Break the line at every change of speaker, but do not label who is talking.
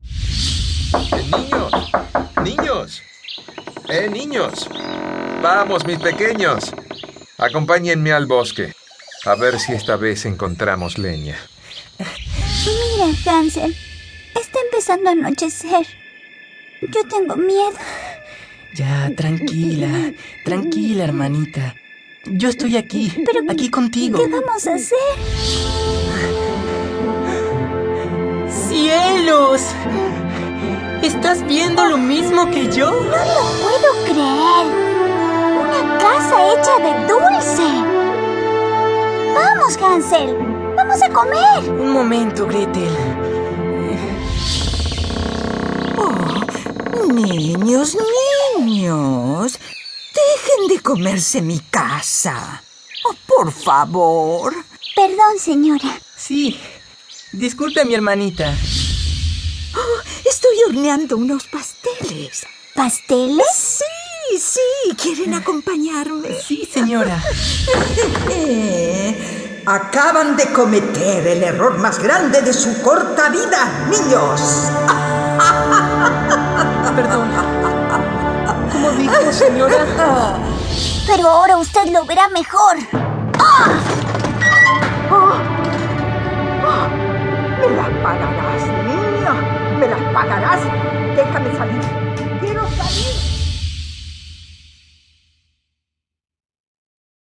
Eh, Niños, niños, eh, niños. Vamos, mis pequeños. Acompáñenme al bosque. A ver si esta vez encontramos leña.
Mira, Hansel, está empezando a anochecer. Yo tengo miedo.
Ya, tranquila, tranquila, hermanita. Yo estoy aquí,
Pero-
aquí contigo.
¿Qué vamos a hacer?
¡Cielos! ¿Estás viendo lo mismo que yo?
No puedo creer. Una casa hecha de dulce. Vamos, Hansel. Vamos a comer.
Un momento, Gretel. Oh,
Niños, niños, dejen de comerse mi casa. Oh, por favor.
Perdón, señora.
Sí. Disculpe, mi hermanita.
Estoy horneando unos pasteles.
¿Pasteles?
Sí, sí, ¿quieren acompañarme?
Sí, señora.
Eh, acaban de cometer el error más grande de su corta vida, niños.
Perdón. ¿Cómo dijo, señora?
Pero ahora usted lo verá mejor. ¡Ah! ¡Ah!